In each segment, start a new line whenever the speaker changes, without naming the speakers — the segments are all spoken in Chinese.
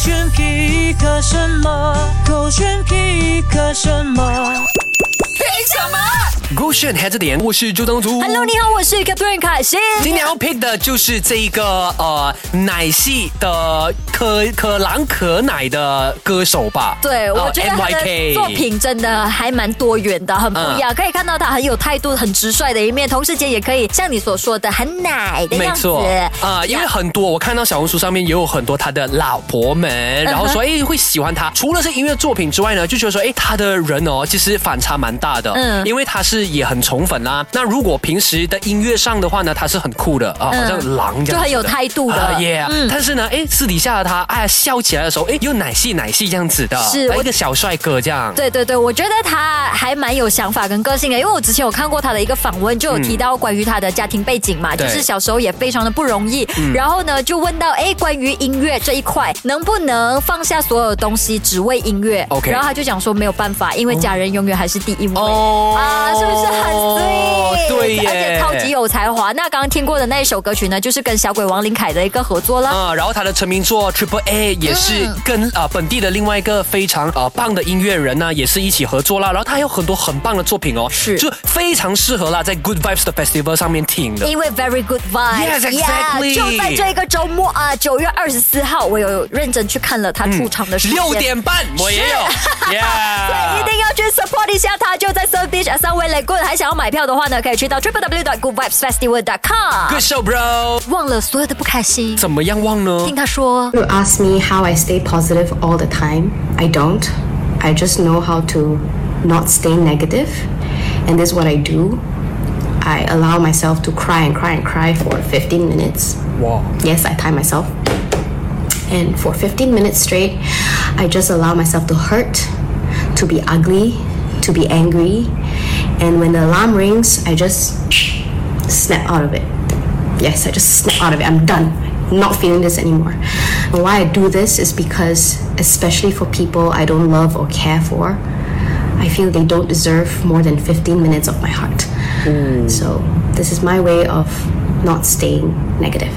选皮克什么？狗选皮克什么？
勾选黑着点，我是周当主。
Hello，你好，我是 Catherine 卡欣。
今天要 pick 的就是这一个呃奶系的可可郎可奶的歌手吧？
对，我
哦
觉得他的
NYK
作品真的还蛮多元的，很不一样，
嗯
可以看到他很有态度、很直率的一面，同时间也可以像你所说的很奶的
没
样子。
错啊、因为很多我看到小红书上面也有很多他的老婆
嗯
们，然后说哎会喜欢他。除了是音乐作品之外呢，就觉得说哎他的人哦其实反差蛮大的，
嗯
嗯，因为他是也很宠粉啦。那如果平时的音乐上的话呢，他是很酷的啊，好像狼这样子的
嗯就很有态度的
啊耶。
嗯
但是呢，哎私底下的他哎笑起来的时候，哎又奶系奶系这样子的，
是
啊
我
一个小帅哥这样。
对对对，我觉得他还蛮有想法跟个性的，因为我之前有看过他的一个访问，就有提到关于他的家庭背景嘛，就
嗯对嗯
是小时候也非常的不容易。然后呢，就问到哎，关于音乐这一块，能不能放下所有东西，只为音乐
OK
然后他就讲说没有办法，因为家人永远还是第一位。
哦
啊，是不是很 sweet？
对耶，
而且超级有啊才华。那刚刚听过的那一首歌曲呢，就是跟小鬼王林凯的一个合作啦。
啊、然后他的成名作 Triple A 也是
嗯
跟啊、呃本地的另外一个非常啊、呃棒的音乐人呢、也是一起合作啦。然后他还有很多很棒的作品哦，
是
就非常适合啦，在 Good Vibes 的 Festival 上面听的。
因为 Very Good Vibes，
嗯 Yes, exactly.
就在这一个周末啊，九月二十四号，我有认真去看了他出场的时间。
六点半我也有
对，一
，Yeah。
定要去 support 一下他，就在 Sun Beach 三维雷棍。还想要买票的话呢，可以去到 triple w dot good vibes festival dot com
Good。show, bro。
忘了所有的不开心，
怎么样忘呢
听？他说
You ask me how I stay positive all the time. I don't. I just know how to not stay negative. And this is what I do. I allow myself to cry and cry and cry for 15 minutes.
哇，
Yes, I time myself. And for 15 minutes straight, I just allow myself to hurt, to be ugly, to be angry. And when the alarm rings, I just snap out of it. Yes, I just snap out of it. I'm done. Not feeling this anymore. And why I do this is because, especially for people I don't love or care for, I feel they don't deserve more than 15 minutes of my heart. So, this is my way of not staying negative.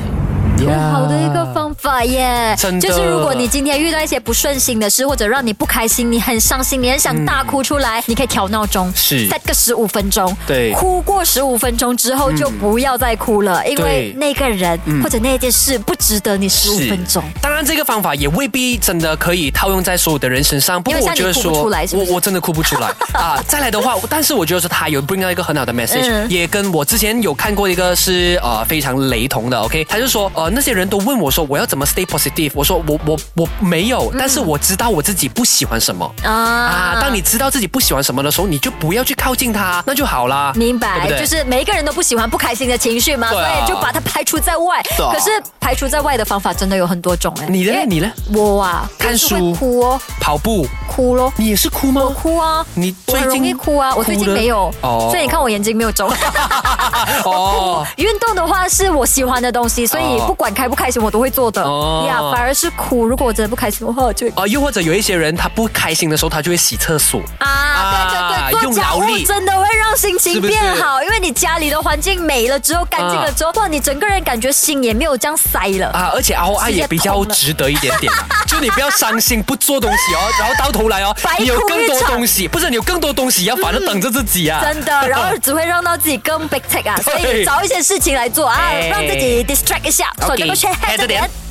很好的一个方法耶。
真的
就是如果你今天遇到一些不顺心的事，或者让你不开心，你很伤心，你很想大哭出来，你可以调闹钟，
嗯是
set 个十五分钟，
对嗯
哭过十五分钟之后就不要再哭了，因为那个人或者那件事不值得你十五
是
分钟。
当然，这个方法也未必真的可以套用在所有的人身上。不
因
过
为
我
像你
觉得
哭
说，
不出来是不是
我我真的哭不出 来啊。再来的话，但是我觉得说他有 bring 到一个很好的 message，、
嗯
也跟我之前有看过一个是呃非常雷同的。OK，他就说呃那些人都问我说我要怎么 stay positive，我说我我我没有，但是我知道我自己不喜欢什么。
嗯啊
啊，当你知道自己不喜欢什么的时候，你就不要去靠近他，那就好啦。
明
对
白
不对
就是每一个人都不喜欢不开心的情绪嘛，
对啊
所以就把它排除在外。
对啊
可是排除在外的方法真的有很多种哎。
你呢
因为
你呢
我啊，
看
我是会
书
哭哦，
跑步，
哭咯。
你也是哭吗？
我哭啊，
你
我
最
很
近
容易哭啊，我最近
哭的
没有，
哦
所以你看我眼睛没有肿。
哦。
运动的话是我喜欢的东西，所以
哦
不管开不开心我都会做的。
哦
呀，反而是哭，如果我真的不开心的话，我就会
啊、又或者有一些人他不开心的时候，他就会洗厕所。
啊，
啊
对对对，做
用
家
劳
务
力
真的会让心情
是不是啊
变好，因为你家里的环境美了之后，干净了之后，哇，你整个人感觉心也没有这样塞了。
啊，而且 ROI 也比较值得一点 点啊，就你不要伤心不做东西哦，然后到头来哦
白，哭
你有更
一
多
场
东西，不是你有更多东西要反正等着自己啊。
嗯真的，然后只会让到自己更 big take 啊，所以
对
找一些事情来做啊，
哎
让自己 distract 一下，所以
OK，
这个圈
开
这
着点
点。